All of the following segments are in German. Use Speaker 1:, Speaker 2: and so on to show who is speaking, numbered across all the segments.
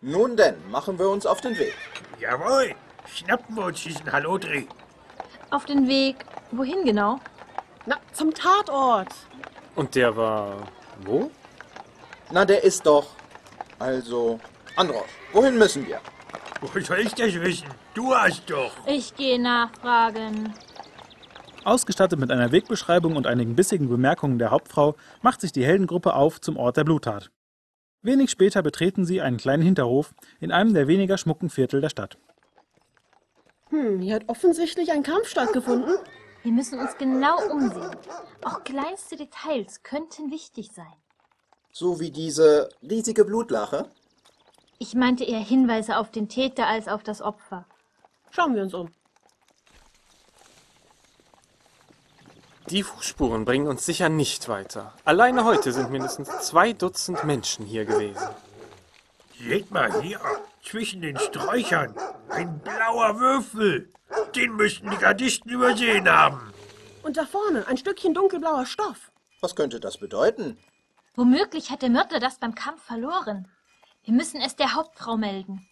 Speaker 1: Nun denn, machen wir uns auf den Weg.
Speaker 2: Jawohl, schnappen wir uns diesen Halodri.
Speaker 3: Auf den Weg. Wohin genau?
Speaker 4: Na, zum Tatort.
Speaker 5: Und der war wo?
Speaker 1: Na, der ist doch. Also, Androsch, wohin müssen wir?
Speaker 2: Wo soll ich das wissen? Du hast doch.
Speaker 3: Ich gehe nachfragen.
Speaker 6: Ausgestattet mit einer Wegbeschreibung und einigen bissigen Bemerkungen der Hauptfrau macht sich die Heldengruppe auf zum Ort der Bluttat. Wenig später betreten sie einen kleinen Hinterhof in einem der weniger schmucken Viertel der Stadt.
Speaker 4: Hm, hier hat offensichtlich ein Kampf stattgefunden.
Speaker 3: Wir müssen uns genau umsehen. Auch kleinste Details könnten wichtig sein.
Speaker 1: So wie diese riesige Blutlache?
Speaker 3: Ich meinte eher Hinweise auf den Täter als auf das Opfer.
Speaker 4: Schauen wir uns um.
Speaker 5: Die Fußspuren bringen uns sicher nicht weiter. Alleine heute sind mindestens zwei Dutzend Menschen hier gewesen.
Speaker 2: Seht mal hier, zwischen den Sträuchern, ein blauer Würfel. Den müssten die Gardisten übersehen haben.
Speaker 4: Und da vorne ein Stückchen dunkelblauer Stoff.
Speaker 1: Was könnte das bedeuten?
Speaker 3: Womöglich hat der Mörder das beim Kampf verloren. Wir müssen es der Hauptfrau melden.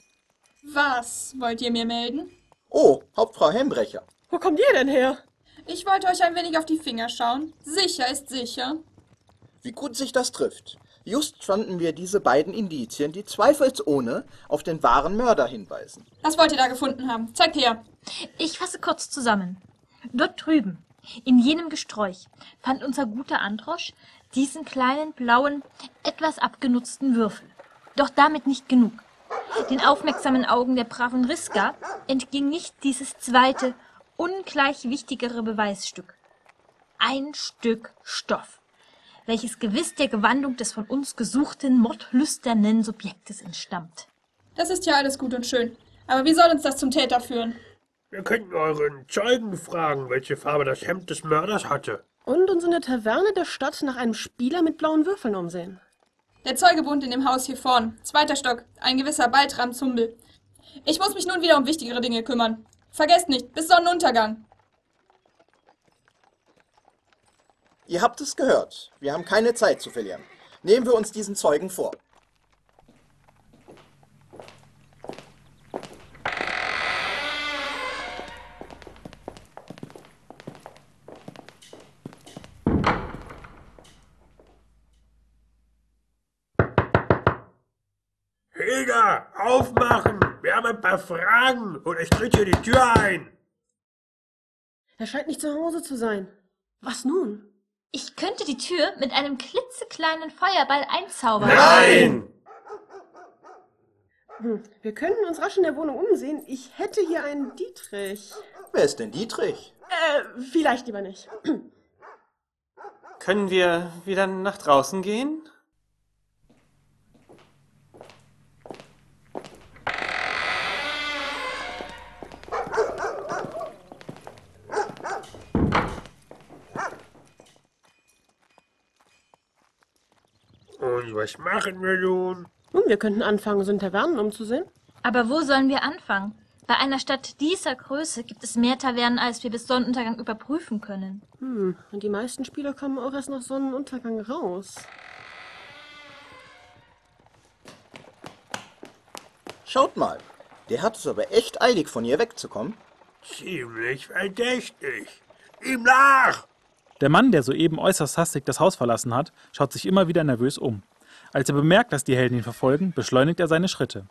Speaker 7: Was wollt ihr mir melden?
Speaker 1: Oh, Hauptfrau Hembrecher.
Speaker 4: Wo kommt ihr denn her?
Speaker 7: Ich wollte euch ein wenig auf die Finger schauen. Sicher ist sicher.
Speaker 1: Wie gut sich das trifft. Just fanden wir diese beiden Indizien, die zweifelsohne auf den wahren Mörder hinweisen.
Speaker 7: Was wollt ihr da gefunden haben? Zeigt her.
Speaker 3: Ich fasse kurz zusammen. Dort drüben, in jenem Gesträuch, fand unser guter Androsch diesen kleinen, blauen, etwas abgenutzten Würfel. Doch damit nicht genug. Den aufmerksamen Augen der braven Riska entging nicht dieses zweite, ungleich wichtigere Beweisstück. Ein Stück Stoff, welches gewiss der Gewandung des von uns gesuchten, mordlüsternen Subjektes entstammt.
Speaker 7: Das ist ja alles gut und schön. Aber wie soll uns das zum Täter führen?
Speaker 2: Wir könnten euren Zeugen fragen, welche Farbe das Hemd des Mörders hatte.
Speaker 4: Und uns in der Taverne der Stadt nach einem Spieler mit blauen Würfeln umsehen.
Speaker 7: Der Zeuge wohnt in dem Haus hier vorn. Zweiter Stock. Ein gewisser Baltram Zumbel. Ich muss mich nun wieder um wichtigere Dinge kümmern. Vergesst nicht, bis Sonnenuntergang.
Speaker 1: Ihr habt es gehört. Wir haben keine Zeit zu verlieren. Nehmen wir uns diesen Zeugen vor.
Speaker 2: Hilda, aufmachen! Wir haben ein paar Fragen und ich tritt hier die Tür ein.
Speaker 4: Er scheint nicht zu Hause zu sein. Was nun?
Speaker 3: Ich könnte die Tür mit einem klitzekleinen Feuerball einzaubern.
Speaker 5: Nein!
Speaker 4: Hm, wir könnten uns rasch in der Wohnung umsehen. Ich hätte hier einen Dietrich.
Speaker 1: Wer ist denn Dietrich?
Speaker 4: Äh, vielleicht lieber nicht.
Speaker 5: Können wir wieder nach draußen gehen?
Speaker 2: Und was machen wir nun?
Speaker 4: Nun, wir könnten anfangen, uns in Tavernen umzusehen.
Speaker 3: Aber wo sollen wir anfangen? Bei einer Stadt dieser Größe gibt es mehr Tavernen, als wir bis Sonnenuntergang überprüfen können.
Speaker 4: Hm, und die meisten Spieler kommen auch erst nach Sonnenuntergang raus.
Speaker 1: Schaut mal. Der hat es aber echt eilig, von hier wegzukommen.
Speaker 2: Ziemlich verdächtig. Ihm nach!
Speaker 6: Der Mann, der soeben äußerst hastig das Haus verlassen hat, schaut sich immer wieder nervös um. Als er bemerkt, dass die Helden ihn verfolgen, beschleunigt er seine Schritte.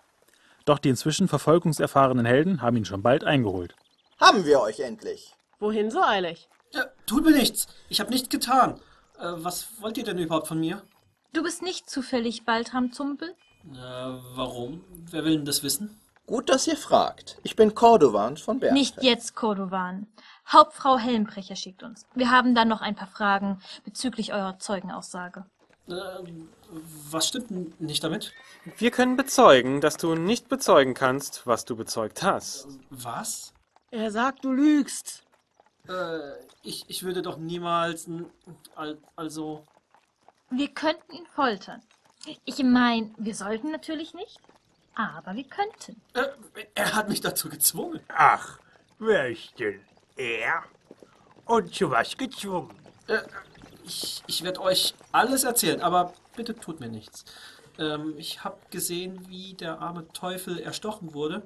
Speaker 6: Doch die inzwischen verfolgungserfahrenen Helden haben ihn schon bald eingeholt.
Speaker 1: Haben wir euch endlich.
Speaker 4: Wohin so eilig?
Speaker 8: Äh, tut mir nichts. Ich habe nichts getan. Äh, was wollt ihr denn überhaupt von mir?
Speaker 3: Du bist nicht zufällig Baltram Zumpel?
Speaker 8: Äh, warum? Wer will denn das wissen?
Speaker 1: Gut, dass ihr fragt. Ich bin Cordovan von Berg.
Speaker 3: Nicht jetzt, Cordovan. Hauptfrau Helmbrecher schickt uns. Wir haben dann noch ein paar Fragen bezüglich eurer Zeugenaussage.
Speaker 8: Ähm, was stimmt n- nicht damit?
Speaker 5: Wir können bezeugen, dass du nicht bezeugen kannst, was du bezeugt hast.
Speaker 8: Was?
Speaker 4: Er sagt, du lügst.
Speaker 8: Äh, ich, ich würde doch niemals. n- al- Also.
Speaker 3: Wir könnten ihn foltern. Ich meine, wir sollten natürlich nicht, aber wir könnten.
Speaker 8: Äh, er hat mich dazu gezwungen.
Speaker 2: Ach, wer ist denn er? Und zu was gezwungen?
Speaker 8: Äh, ich ich werde euch alles erzählen, aber bitte tut mir nichts. Ähm, ich habe gesehen, wie der arme Teufel erstochen wurde,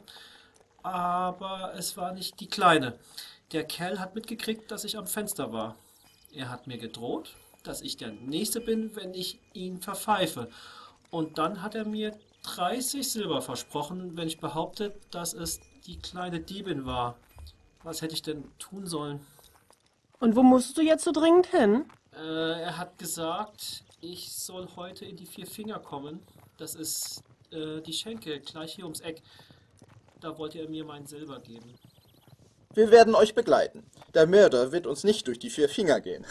Speaker 8: aber es war nicht die Kleine. Der Kerl hat mitgekriegt, dass ich am Fenster war. Er hat mir gedroht, dass ich der Nächste bin, wenn ich ihn verpfeife. Und dann hat er mir 30 Silber versprochen, wenn ich behauptet, dass es die kleine Diebin war. Was hätte ich denn tun sollen?
Speaker 4: Und wo musst du jetzt so dringend hin?
Speaker 8: Äh, er hat gesagt, ich soll heute in die Vier Finger kommen. Das ist äh, die Schenke, gleich hier ums Eck. Da wollte er mir mein Silber geben.
Speaker 1: Wir werden euch begleiten. Der Mörder wird uns nicht durch die vier Finger gehen.